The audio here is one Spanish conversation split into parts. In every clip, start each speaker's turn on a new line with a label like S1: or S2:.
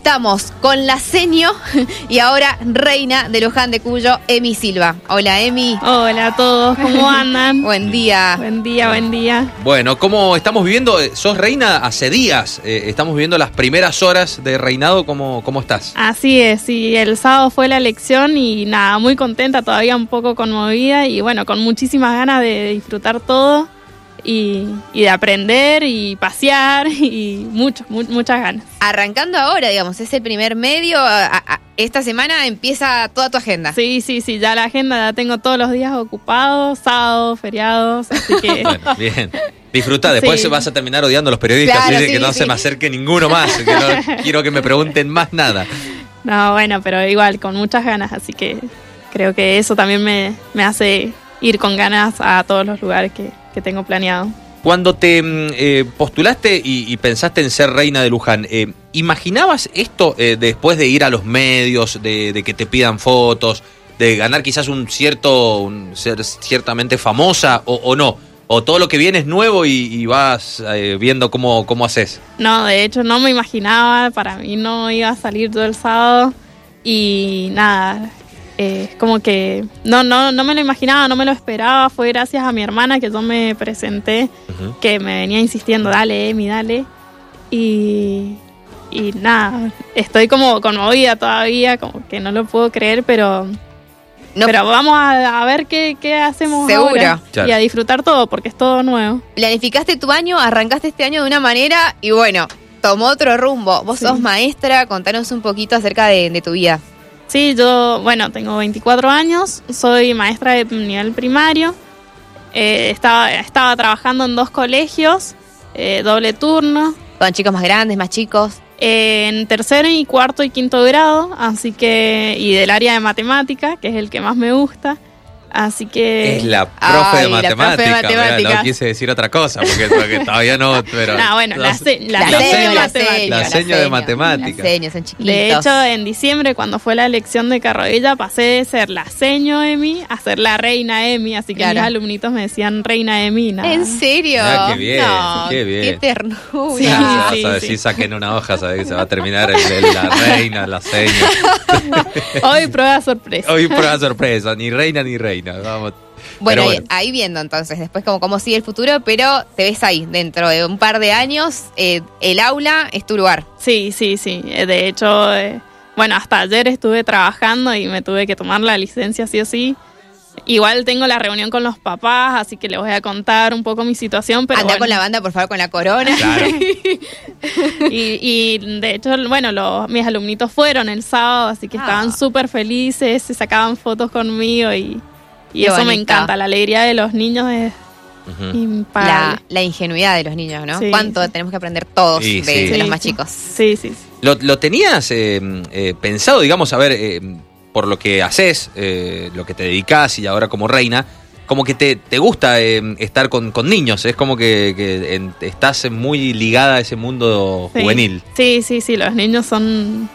S1: Estamos con la seño y ahora reina de Luján de Cuyo, Emi Silva. Hola Emi,
S2: Hola a todos, ¿cómo andan?
S1: buen día.
S2: buen día, buen día.
S3: Bueno, como estamos viviendo, eh, sos reina hace días, eh, estamos viviendo las primeras horas de reinado, ¿cómo, cómo estás?
S2: Así es, y el sábado fue la elección y nada, muy contenta, todavía un poco conmovida y bueno, con muchísimas ganas de disfrutar todo y, y de aprender y pasear y mucho, mu- muchas ganas.
S1: Arrancando ahora, digamos, es el primer medio. a- a- a- esta semana empieza toda tu agenda.
S2: Sí, sí, sí, ya la agenda la tengo todos los días ocupados, sábados, feriados, así que...
S3: Bueno, bien. Disfruta, después
S2: Sí.
S3: vas a terminar odiando a los periodistas,
S1: Claro,
S3: así
S1: sí,
S3: que no
S1: sí.
S3: se me acerque ninguno más, que no quiero que me pregunten más nada.
S2: No, bueno, pero igual, con muchas ganas, así que creo que eso también me, me hace ir con ganas a todos los lugares que, que tengo planeado.
S3: Cuando te mm, eh, postulaste y, y pensaste en ser reina de Luján, eh, ¿imaginabas esto eh, después de ir a los medios, de, de que te pidan fotos, de ganar quizás un cierto, un ser ciertamente famosa o, o no? ¿O todo lo que viene es nuevo y, y vas eh, viendo cómo, cómo haces?
S2: No, de hecho no me imaginaba, para mí no iba a salir todo el sábado y nada, eh, es como que no, no, no me lo imaginaba, no me lo esperaba, fue gracias a mi hermana que yo me presenté, que me venía insistiendo, dale, Emi, dale, y, y nada, estoy como conmovida todavía, como que no lo puedo creer, pero...
S1: No-
S2: Pero vamos a, a ver qué, qué hacemos
S1: Seguro.
S2: ahora y
S3: Claro.
S2: a disfrutar todo porque es todo nuevo.
S1: Planificaste tu año, arrancaste este año de una manera y bueno, tomó otro rumbo. Vos
S2: Sí.
S1: sos maestra, contanos un poquito acerca de, de tu vida.
S2: Sí, yo, bueno, tengo 24 años, soy maestra de nivel primario, eh, estaba, estaba trabajando en dos colegios, eh, doble turno,
S1: Con chicos más grandes, más chicos.
S2: eh, en tercero y cuarto y quinto grado, así que, y del área de matemática, que es el que más me gusta, así que...
S3: Es la profe
S1: ay,
S3: de
S1: la profe de
S3: matemática. mirá,
S1: matemáticas.
S3: no quise decir otra cosa porque, porque todavía no. Pero,
S2: No, Ah, bueno, la, se- la, seño
S3: la seño,
S2: de
S3: la
S2: matemática.
S3: seño. La seño de matemáticas.
S1: La seño, son chiquitos.
S2: De hecho, en diciembre, cuando fue la elección de Carrodilla, pasé de ser la seño Emi a ser la reina Emi, así que
S1: Claro.
S2: mis alumnitos me decían reina Emi. y nada.
S1: ¿En serio?
S3: Ah, qué bien,
S1: No,
S3: qué bien.
S1: ternura.
S2: Sí,
S3: Ah,
S2: sí,
S3: sabes,
S2: sí.
S3: sí, saquen una hoja, sabes que se va a terminar el- el- la reina, la seña.
S2: Hoy prueba sorpresa.
S3: Hoy prueba sorpresa, ni reina ni reina. Vamos.
S1: Bueno,
S3: Pero
S1: ahí- ahí viendo entonces, después como cómo sigue el futuro, pero te ves ahí, dentro de un par de años, eh, el aula es tu lugar.
S2: Sí, sí, sí. Eh, De hecho, eh, bueno, hasta ayer estuve trabajando y me tuve que tomar la licencia sí o sí. Igual tengo la reunión con los papás, así que les voy a contar un poco mi situación. Pero
S1: Anda
S2: bueno.
S1: con la banda, por favor, con la corona.
S3: Claro.
S2: y, y de hecho, bueno, los, mis alumnitos fueron el sábado, así que
S1: Ah.
S2: estaban súper felices, se sacaban fotos conmigo y, y
S1: Qué
S2: eso me
S1: bonito.
S2: encanta. La alegría de los niños es
S3: Ujú.
S2: impagable.
S1: La, la ingenuidad de los niños, ¿no?
S2: Sí.
S1: ¿Cuánto tenemos que aprender todos
S3: Sí,
S1: de,
S3: sí.
S1: de los
S2: Sí,
S1: más
S2: sí.
S1: chicos?
S2: Sí, sí, sí.
S3: ¿Lo, lo tenías eh, eh, pensado, digamos, a ver, eh, por lo que haces, eh, lo que te dedicas y ahora como reina, como que te, te gusta eh, estar con, con niños? Es como que, que en- estás muy ligada a ese mundo
S2: Sí.
S3: juvenil.
S2: Sí, sí, sí, los niños son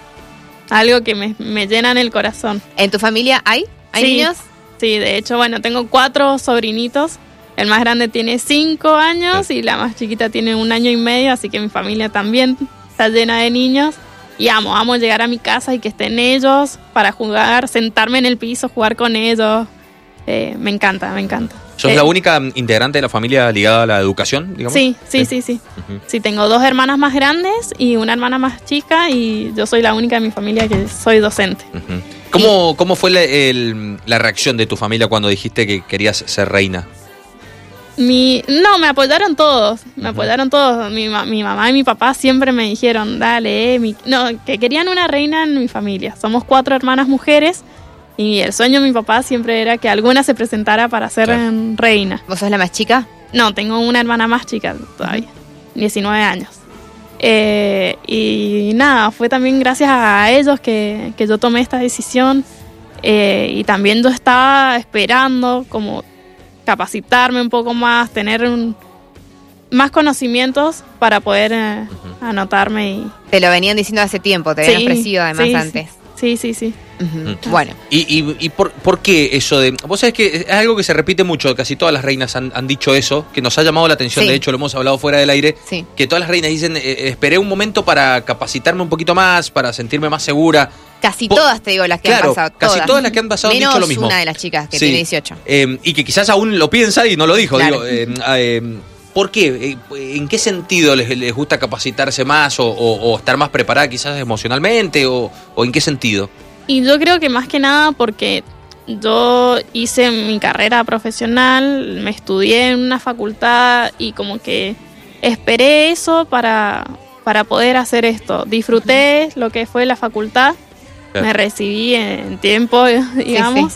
S2: algo que me, me llenan el corazón.
S1: ¿En tu familia hay? ¿Hay
S2: Sí.
S1: niños?
S2: Sí, de hecho, bueno, tengo cuatro sobrinitos. El más grande tiene cinco años y la más chiquita tiene un año y medio, así que mi familia también está llena de niños. Y amo, amo llegar a mi casa y que estén ellos para jugar, sentarme en el piso, jugar con ellos. Eh, me encanta, me encanta.
S3: ¿Sos
S2: Eh,
S3: la única integrante de la familia ligada a la educación, digamos?
S2: Sí, sí, sí, sí.
S3: Ujú.
S2: Sí, tengo dos hermanas más grandes y una hermana más chica y yo soy la única de mi familia que soy docente.
S3: Ujú. ¿Cómo, ¿Cómo fue la, el- la reacción de tu familia cuando dijiste que querías ser reina?
S2: Mi, no, me apoyaron todos, me
S3: Ujú.
S2: apoyaron todos. Mi, ma- mi mamá y mi papá siempre me dijeron, dale, eh, mi- no, que querían una reina en mi familia. Somos cuatro hermanas mujeres y el sueño de mi papá siempre era que alguna se presentara para ser
S3: Claro.
S2: em, reina.
S1: ¿Vos sos la más chica?
S2: No, tengo una hermana más chica todavía, 19 años. Eh, y nada, fue también gracias a ellos que, que yo tomé esta decisión. Eh, y también yo estaba esperando como capacitarme un poco más, tener un- más conocimientos para poder eh, anotarme. Y,
S1: Te lo venían diciendo hace tiempo, te habían
S2: Sí,
S1: ofrecido además
S2: sí, sí.
S1: antes.
S2: sí, sí, sí.
S3: Mm.
S1: Ujú. Bueno,
S3: ¿Y, y- y por, por qué eso de.? Vos sabés que es algo que se repite mucho, casi todas las reinas han, han dicho eso, que nos ha llamado la atención,
S1: Sí.
S3: de hecho lo hemos hablado fuera del aire,
S1: sí.
S3: que todas las reinas dicen, eh, esperé un momento para capacitarme un poquito más, para sentirme más segura.
S1: Casi
S3: Po-
S1: todas te digo las que
S3: claro,
S1: han pasado.
S3: casi todas las que han pasado han
S1: Menos
S3: dicho lo mismo.
S1: una de las chicas que
S3: Sí.
S1: tiene 18.
S3: Eh, y que quizás aún lo piensa y no lo dijo.
S1: Claro.
S3: Digo, eh, eh, ¿Por qué? Eh, ¿En qué sentido les, les gusta capacitarse más o, o- o estar más preparada quizás emocionalmente o, o en qué sentido?
S2: Y yo creo que más que nada porque yo hice mi carrera profesional, me estudié en una facultad y como que esperé eso para, para poder hacer esto. Disfruté lo que fue la facultad,
S3: Claro.
S2: me recibí en tiempo, digamos.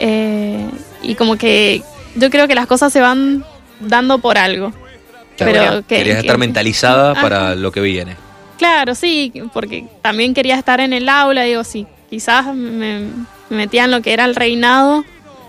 S2: Eh, y como que yo creo que las cosas se van dando por algo. Pero que-
S3: Querías
S2: que-
S3: estar mentalizada
S2: Ajá.
S3: para lo que viene.
S2: Claro, sí, porque también quería estar en el aula, digo, sí, quizás me, me metía en lo que era el reinado,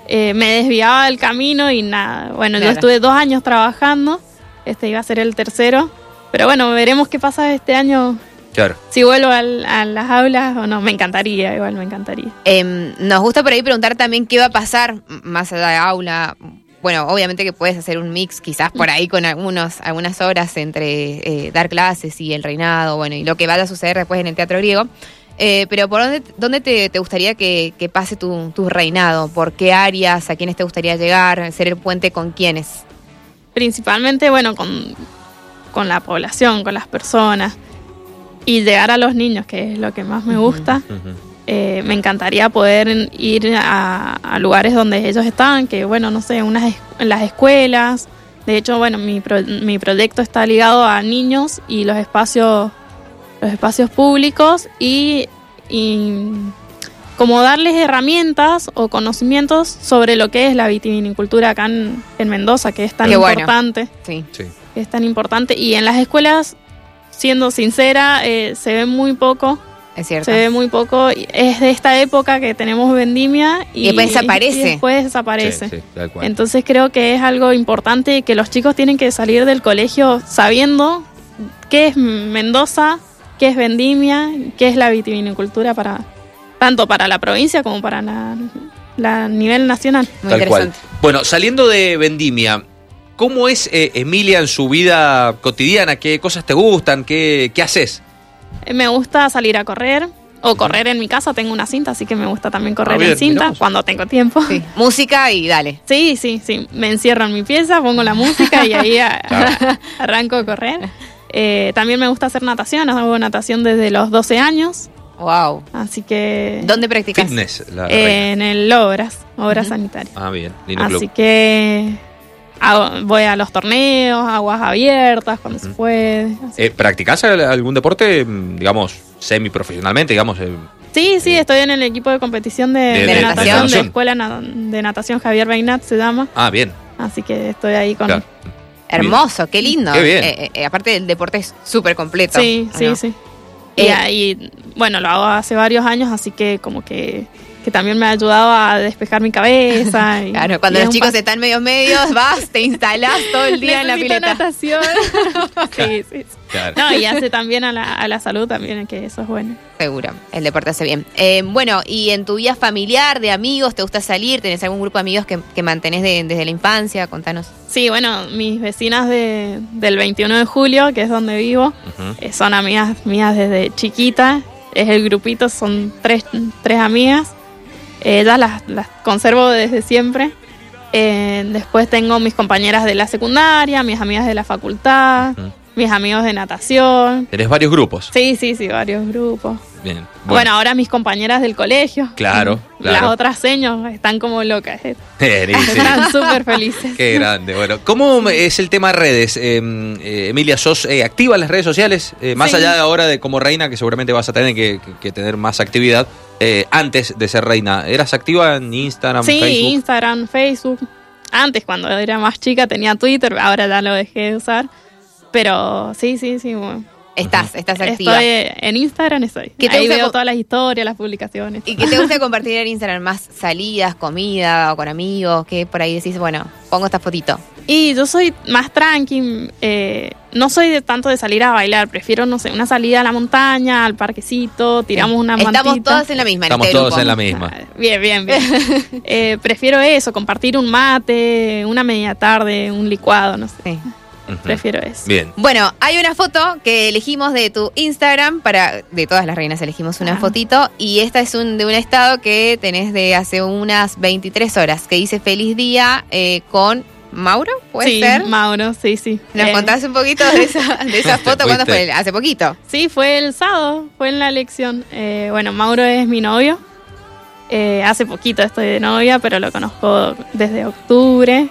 S2: eh, me desviaba del camino y nada. Bueno,
S1: Claro.
S2: yo estuve dos años trabajando, este iba a ser el tercero, pero bueno, veremos qué pasa este año,
S3: Claro.
S2: si vuelvo al- a las aulas o no, me encantaría, igual me encantaría.
S1: Em, nos gusta por ahí preguntar también qué va a pasar m- más allá de aula. Bueno, obviamente que puedes hacer un mix quizás por ahí con algunos, algunas horas entre eh, dar clases y el reinado, bueno, y lo que vaya a suceder después en el teatro griego. Eh, pero ¿por dónde, dónde te, te gustaría que, que pase tu, tu reinado? ¿Por qué áreas? ¿A quiénes te gustaría llegar? ¿Ser el puente con quiénes?
S2: principalmente, bueno, con, con la población, con las personas y llegar a los niños, que es lo que más me
S1: Ujú.
S2: gusta.
S3: Ujú.
S2: Eh, me encantaría poder en- ir a, a lugares donde ellos están, que bueno, no sé, unas es- en las escuelas. De hecho, bueno, mi, pro- mi proyecto está ligado a niños y los espacios, los espacios públicos y, y como darles herramientas o conocimientos sobre lo que es la vitivinicultura acá en, en Mendoza, que es tan
S1: Qué bueno.
S2: importante
S1: Sí.
S3: Sí.
S2: que es tan importante. Y en las escuelas, siendo sincera, eh, se ve muy poco.
S1: Es cierto.
S2: Se ve muy poco. Y Es de esta época que tenemos vendimia y,
S1: Y después desaparece.
S2: y después desaparece.
S3: Sí, sí, tal cual.
S2: Entonces creo que es algo importante que los chicos tienen que salir del colegio sabiendo qué es Mendoza, qué es vendimia, qué es la vitivinicultura para tanto para la provincia como para la, la nivel nacional.
S1: Muy
S3: Tal cual.
S1: interesante.
S3: Bueno, saliendo de Vendimia, ¿cómo es eh, Emilia en su vida cotidiana? ¿Qué cosas te gustan? ¿Qué, qué haces?
S2: Me gusta salir a correr o correr en mi casa. Tengo una cinta, así que me gusta también correr
S3: Ah, bien,
S2: en cinta
S3: mirá vos.
S2: cuando tengo tiempo.
S1: Sí. Música y dale.
S2: Sí, sí, sí. Me encierro en mi pieza, pongo la música y ahí a-
S3: Claro.
S2: arranco a correr. Eh, también me gusta hacer natación. Hago natación desde los 12 años,
S1: Wow.
S2: así que
S1: ¿Dónde practicas?
S3: Fitness, Ah, la reina.
S2: Eh, en el Obras, Obras
S1: Ujú.
S2: Sanitarias.
S3: Ah, bien, lindo
S2: Así
S3: club.
S2: que hago- voy a los torneos, aguas abiertas cuando se
S3: Ujú.
S2: puede. así
S3: Eh, ¿Practicás al- algún deporte, mm, digamos, semiprofesionalmente, digamos? eh,
S2: Sí, sí,
S3: Eh,
S2: estoy en el equipo de competición de,
S3: de-
S2: de
S1: de- de
S2: natación, de
S3: natación.
S2: escuela na- de natación Javier Beinat se llama,
S3: Ah, bien,
S2: así que estoy ahí con...
S3: claro.
S1: Hermoso, qué lindo.
S3: Qué bien.
S1: Eh, eh, eh, aparte, el deporte es súper completo.
S2: Sí,
S1: ¿o
S2: sí,
S1: no?
S2: sí.
S1: Eh,
S2: Y ahí, bueno, lo hago hace varios años, así que como que, que también me ha ayudado a despejar mi cabeza. y-
S1: Claro, cuando
S2: y es
S1: los
S2: un
S1: chicos
S2: pas-
S1: están medios medios, vas, te instalás todo el día en la
S2: Necesito
S1: pileta.
S2: natación. sí, sí, sí.
S3: Claro.
S2: No, y hace también a la, a la salud también, que eso es bueno.
S1: Seguro, el deporte hace bien. Eh, bueno, y en tu vida familiar, de amigos, ¿te gusta salir? ¿Tenés algún grupo de amigos que, que mantenés de- desde la infancia? Contanos.
S2: Sí, bueno, mis vecinas de- del 21 de julio, que es donde vivo,
S3: Ujú.
S2: Eh, son amigas mías desde chiquita. Es el grupito, son tres, tres amigas. Ellas las, las conservo desde siempre. Eh, después tengo mis compañeras de la secundaria, mis amigas de la facultad,
S3: Ujú.
S2: mis amigos de natación.
S3: Tenés varios grupos.
S2: Sí, sí, sí, varios grupos.
S3: Bien.
S2: Bueno, ahora mis compañeras del colegio.
S3: Claro, claro.
S2: Las otras seños están como locas. eh.
S3: Bien, y sí.
S2: Están súper felices.
S3: Qué grande. Bueno, ¿cómo es el tema redes? Eh, eh, Emilia, ¿sos eh, activa en las redes sociales? Eh, más
S2: Sí.
S3: allá de ahora de como reina, que seguramente vas a tener que, que- que tener más actividad. eh, antes de ser reina, ¿eras activa en Instagram,
S2: Sí,
S3: Facebook?
S2: Instagram, Facebook. Antes, cuando era más chica, tenía Twitter, ahora ya lo dejé de usar. Pero sí, sí, sí. bueno.
S1: Estás, estás activa.
S2: Estoy eh, en Instagram, estoy.
S1: ¿Qué te
S2: Ahí
S1: gusta
S2: veo
S1: co-
S2: todas las historias, las publicaciones.
S1: ¿Y qué te gusta compartir en Instagram? ¿Más salidas, comida o con amigos? que por ahí decís? Bueno, pongo esta fotito.
S2: Y yo soy más tranqui, eh, no soy de tanto de salir a bailar, prefiero, no sé, una salida a la montaña, al parquecito, tiramos una mantita.
S1: Estamos todas en la misma.
S3: Estamos
S1: este
S3: todos
S1: grupo.
S3: en la misma.
S2: Ah, Bien, bien, bien. Eh, prefiero eso, compartir un mate, una media tarde, un licuado, no sé.
S1: Sí.
S3: Ujú.
S2: Prefiero eso.
S3: Bien.
S1: Bueno, hay una foto que elegimos de tu Instagram para de todas las reinas elegimos una
S2: Ah.
S1: fotito y esta es un de un estado que tenés de hace unas 23 horas que dice feliz día eh, con Mauro, puede
S2: sí,
S1: ser.
S2: Mauro, sí, sí.
S1: ¿Nos
S2: Eh,
S1: contás un poquito de esa, de esa
S3: Te
S1: foto? ¿Cuándo
S3: fuiste.
S1: fue? Hace poquito.
S2: Sí, fue el sábado, fue en la elección. Eh, bueno, Mauro es mi novio. Eh, hace poquito estoy de novia, pero lo conozco desde octubre.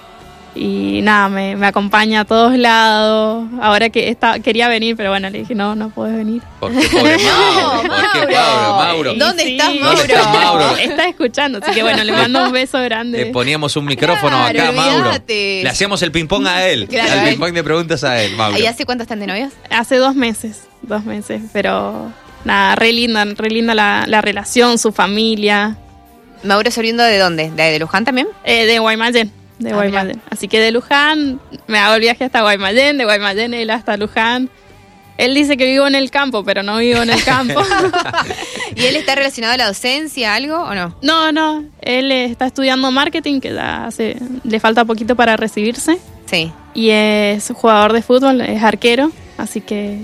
S2: Y nada, me, me acompaña a todos lados. Ahora que esta, quería venir, pero bueno, le dije, no, no puedes venir.
S3: ¿Por qué pobre Mauro? ¿Por qué
S1: Mauro.
S3: pobre Mauro?
S1: ¿Dónde estás,
S3: ¿Dónde estás, Mauro? Mauro?
S2: Está escuchando, así que bueno, le mando un beso grande.
S3: Le Eh, poníamos un micrófono
S1: Claro,
S3: acá a Mauro.
S1: olvídate.
S3: Le hacíamos el ping-pong a él.
S1: Claro, a él.
S3: al ping-pong de preguntas a él, Mauro.
S1: ¿Y hace cuánto están de novios?
S2: Hace dos meses, dos meses, pero nada, re linda, re linda la, la relación, su familia,
S1: Mauro es oriundo de dónde? ¿De, de Luján también?
S2: eh, de Guaymallén, de
S1: Ah,
S2: Guaymallén. Así que de Luján, me hago el viaje hasta Guaymallén, de Guaymallén él hasta Luján. Él dice que vivo en el campo, pero no vivo en el campo.
S1: ¿Y él está relacionado a la docencia, algo o no?
S2: no, no, él eh, está estudiando marketing, que ya hace, le falta poquito para recibirse,
S1: Sí.
S2: y es jugador de fútbol, es arquero, así que...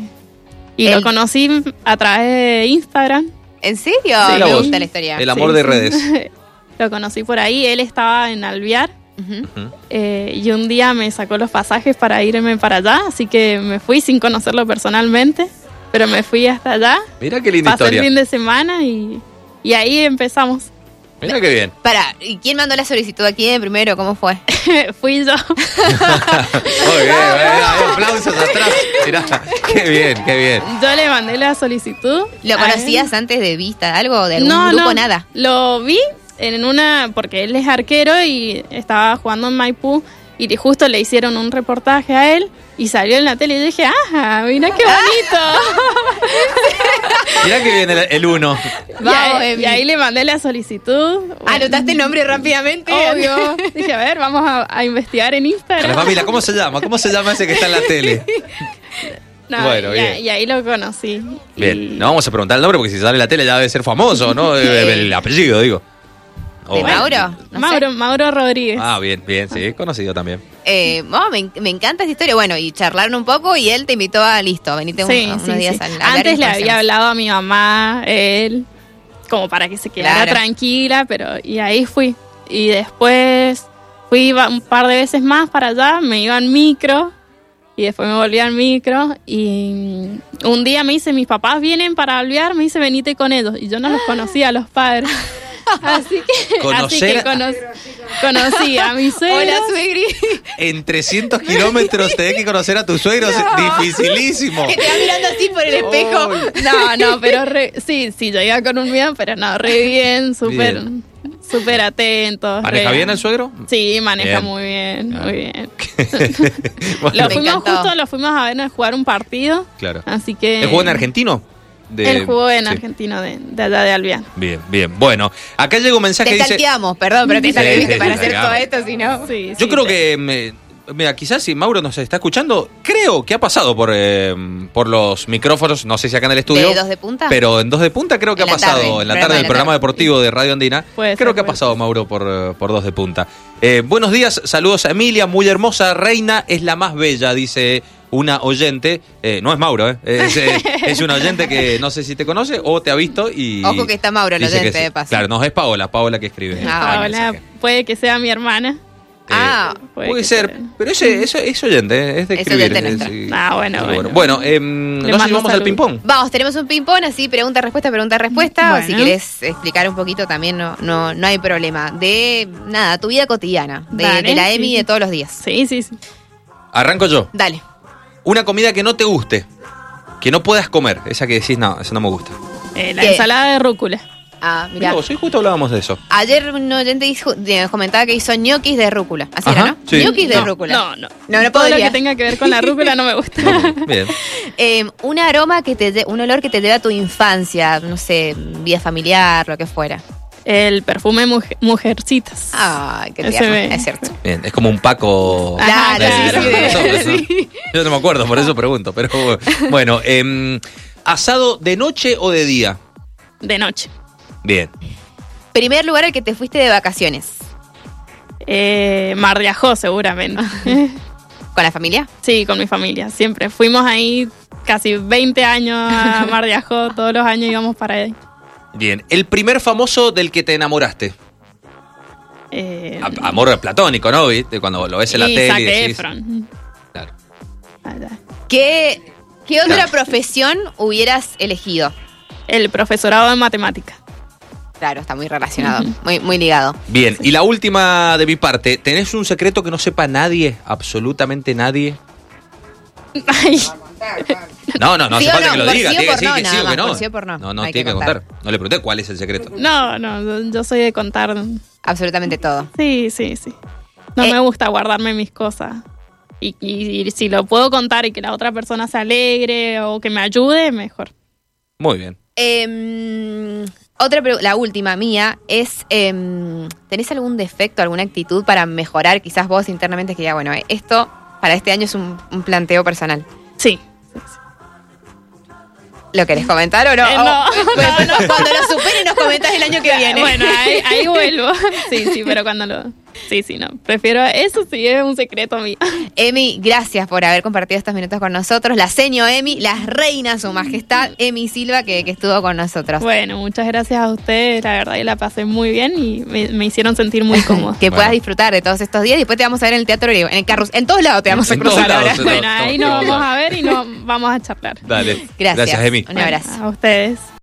S2: Y
S1: Él-
S2: lo conocí a través de Instagram.
S1: ¿En serio?
S2: Sí,
S1: Me
S2: la voz.
S1: gusta la historia.
S3: El amor
S2: Sí,
S3: de
S2: sí.
S3: redes.
S2: Lo conocí por ahí, él estaba en Alvear
S1: Ujú.
S3: Ujú.
S2: eh, y un día me sacó los pasajes para irme para allá, así que me fui sin conocerlo personalmente, pero me fui hasta allá,
S3: Mirá qué linda
S2: pasé el fin
S3: historia.
S2: de semana y, y ahí empezamos.
S3: Mirá qué bien.
S1: Pará, ¿y quién mandó la solicitud? ¿A quién primero? ¿Cómo fue?
S2: fui yo.
S3: Muy bien, hay aplausos atrás. Mirá, qué bien, qué bien.
S2: Yo le mandé la solicitud.
S1: ¿Lo
S2: a él.
S1: conocías antes de vista, algo, de algún grupo, nada?
S2: Lo vi en una, porque él es arquero y estaba jugando en Maipú y justo le hicieron un reportaje a él y salió en la tele y yo dije, ajá, mira qué bonito.
S3: Mirá qué bien el, el uno.
S2: y,
S1: Vamos,
S2: ahí,
S1: Emi.
S2: y ahí le mandé la solicitud.
S1: Anotaste el nombre rápidamente.
S2: Obvio. Dije, a ver, vamos a, a investigar en
S3: A la
S2: Instagram.
S3: familia, ¿cómo se llama? ¿Cómo se llama ese que está en la tele?
S2: No,
S3: Bueno,
S2: y, a-
S3: bien.
S2: y ahí lo conocí. Y-
S3: Bien, no vamos a preguntar el nombre porque si sale en la tele ya debe ser famoso, ¿no? El, el apellido, digo.
S1: ¿De Mauro? No
S2: Mauro, Mauro Rodríguez.
S3: Ah, bien, bien, sí, conocido también.
S1: sé. Eh, oh, me, en- me encanta esta historia. Bueno, y charlaron un poco y él te invitó a listo, venite un-
S2: Sí,
S1: unos
S2: sí,
S1: días
S2: sí.
S1: a- a dar
S2: Antes le
S1: instrucciones.
S2: había hablado a mi mamá, él, como para que se quedara
S1: Claro.
S2: tranquila, pero y ahí fui. Y después fui va- un par de veces más para allá, me iba en micro y después me volví al micro y mm, un día me dice, mis papás vienen para olvidar, me dice, venite con ellos. Y yo no los conocía a los padres. Así que, así que
S3: Conocer-
S2: cono- conocí a mi suegro.
S1: Hola, suegri.
S3: En 300 kilómetros tenés que conocer a tus suegros, dificilísimo.
S1: que te va mirando así por el espejo.
S2: No, no, pero re- sí, sí, yo iba con un miedo, pero no, re bien, súper
S3: Bien.
S2: súper atento.
S3: ¿Maneja
S2: re-
S3: bien el suegro?
S2: Sí, maneja
S3: Bien.
S2: muy bien,
S3: Ah.
S2: muy bien.
S3: Bueno,
S2: Lo
S1: Me
S2: fuimos
S1: encantó.
S2: justo, lo fuimos a ver a jugar un partido,
S3: claro.
S2: así que...
S3: ¿El jugó en argentino? De-
S2: Él jugó en
S3: sí.
S2: Argentino de, de allá de Albián.
S3: Bien, bien. Bueno, acá llega un mensaje
S1: Te
S3: que dice...
S1: stalkeamos, perdón, pero te
S3: Sí,
S1: stalkeaste
S3: sí,
S1: para
S3: sí,
S1: hacer
S3: stalkeamos.
S1: todo esto, si no.
S2: Sí,
S3: Yo
S2: sí,
S3: creo
S2: sí.
S3: que. me- mira, quizás si Mauro nos está escuchando, creo que ha pasado por, eh, por los micrófonos, no sé si acá en el estudio.
S1: ¿De dos de punta?
S3: Pero en dos de punta creo que
S1: En
S3: ha
S1: la
S3: pasado.
S1: tarde,
S3: en la
S1: programa
S3: tarde
S1: de
S3: del
S1: la
S3: programa
S1: tarde.
S3: deportivo de Radio Andina.
S2: Puede
S3: creo
S2: ser,
S3: que ha
S2: puede
S3: pasado Mauro por, eh, por dos de punta. Eh, buenos días, saludos a Emilia, muy hermosa, reina, es la más bella, dice una oyente. Eh, no es Mauro, eh, es, eh, es una oyente que no sé si te conoce o te ha visto y.
S1: Ojo que está Mauro el
S3: dice que
S1: oyente,
S3: sí.
S1: de paso.
S3: Claro, no, es Paola, Paola que escribe.
S1: Ah,
S3: el
S2: Paola,
S3: mensaje.
S2: puede que sea mi hermana.
S1: Ah,
S3: Eh, Puede, ser, pero ese, eso es oyente, ¿eh? Mm. es de
S1: Es
S3: escribir.
S1: oyente
S3: es-
S1: nuestra.
S3: sí.
S2: Ah, bueno,
S3: Muy
S2: bueno.
S3: Bueno, em, no sé si
S2: mando
S3: vamos al
S2: salud.
S3: ping-pong.
S1: Vamos, tenemos un ping-pong así, pregunta, respuesta, pregunta, respuesta.
S2: Bueno.
S1: Si querés explicar un poquito también, no, no, no hay problema. De nada, tu vida cotidiana, de,
S2: Dale,
S1: de la
S2: sí,
S1: Emi
S2: sí.
S1: de todos los días.
S2: Sí, sí, sí.
S3: Arranco yo.
S1: Dale.
S3: Una comida que no te guste, que no puedas comer, esa que decís, no, esa no me gusta.
S2: Eh, la
S1: ¿Qué?
S2: ensalada de rúcula.
S1: Ah,
S3: Mirá
S1: mirá.
S3: vos, hoy justo hablábamos de eso.
S1: Ayer un oyente dijo- de- comentaba que hizo ñoquis de rúcula. Así era,
S3: Ajá,
S1: ¿no?
S3: sí.
S1: Ñoquis de
S2: no,
S1: rúcula.
S2: No, no.
S1: No, no
S2: Todo lo
S1: podría.
S2: que tenga que ver con la rúcula no me gusta.
S3: Bien.
S1: Eh, un aroma que te lle- un olor que te lleva a tu infancia, no sé, vida familiar, lo que fuera.
S2: El perfume mujer- Mujercitas.
S3: Ah,
S1: Ay, qué
S2: Ese
S1: tierno,
S2: me-
S1: es cierto.
S3: Bien, es como un Paco.
S2: Ajá,
S3: Dale,
S1: claro,
S3: Ah, sí,
S1: sí,
S3: nosotros, ¿no? Yo no me acuerdo, por eso pregunto. Pero bueno, em, ¿asado de noche o de día?
S2: De noche.
S3: Bien.
S1: Primer lugar al que te fuiste de vacaciones.
S2: Eh, Mar de Ajó, seguramente.
S1: ¿Con la familia?
S2: sí, con mi familia, siempre. Fuimos ahí casi 20 años a Mar de Ajó, todos los años íbamos para ahí.
S3: Bien. El primer famoso del que te enamoraste.
S2: Eh,
S3: A- amor platónico, ¿no? ¿Viste? Cuando lo ves en la
S2: y
S3: tele.
S2: Zac
S3: y decís-
S2: Efron.
S3: Claro.
S1: ¿Qué, qué otra
S3: Claro.
S1: profesión hubieras elegido?
S2: El profesorado de matemática.
S1: Claro, está muy relacionado,
S2: Ujú.
S1: muy, muy ligado.
S3: Bien. Y la última de mi parte. ¿Tenés un secreto que no sepa nadie? Absolutamente nadie.
S2: Ay,
S3: No, no, no hace
S1: Sí o
S3: falta
S1: no,
S3: que lo
S1: por
S3: diga.
S1: sí o
S3: Tiene que
S1: por
S3: decir
S1: no,
S3: que sí
S1: nada
S3: o que
S1: más,
S3: no.
S1: por sí o por no.
S3: No, no,
S1: Hay que
S3: tiene que contar. No le pregunté cuál es el secreto.
S2: no, no, yo soy de contar.
S1: Absolutamente todo.
S2: Sí, sí, sí. No
S1: Eh.
S2: me gusta guardarme mis cosas. Y, y- y si lo puedo contar y que la otra persona se alegre o que me ayude, mejor.
S3: Muy bien.
S1: Em, otra pregu- la última mía es, em, ¿tenés algún defecto, alguna actitud para mejorar quizás vos internamente que ya, bueno, eh, esto para este año es un, un planteo personal?
S2: Sí.
S1: ¿Lo querés comentar o no? O-
S2: Eh, no,
S1: bueno, Cuando lo supere nos comentás el año que viene.
S2: Bueno, ahí, ahí vuelvo. Sí, sí, pero cuando lo... Sí, sí, no. Prefiero... Eso sí es un secreto mío.
S1: Emi, gracias por haber compartido estos minutos con nosotros. La seño Emi, la reina, su majestad, Emi Silva, que, que estuvo con nosotros.
S2: Bueno, muchas gracias a ustedes. La verdad, yo la pasé muy bien y me, me hicieron sentir muy cómoda.
S1: Que puedas
S3: Bueno.
S1: disfrutar de todos estos días y después te vamos a ver en el teatro, Griego, en el carrusel, en todos lados te vamos a
S3: En
S1: cruzar
S3: todos
S1: ahora.
S3: lados, en
S2: Bueno,
S3: todos
S2: ahí
S3: lados.
S2: nos vamos a ver y nos vamos a charlar.
S3: Dale.
S1: Gracias.
S3: Gracias, Emi.
S1: Un abrazo.
S2: Bueno, A ustedes.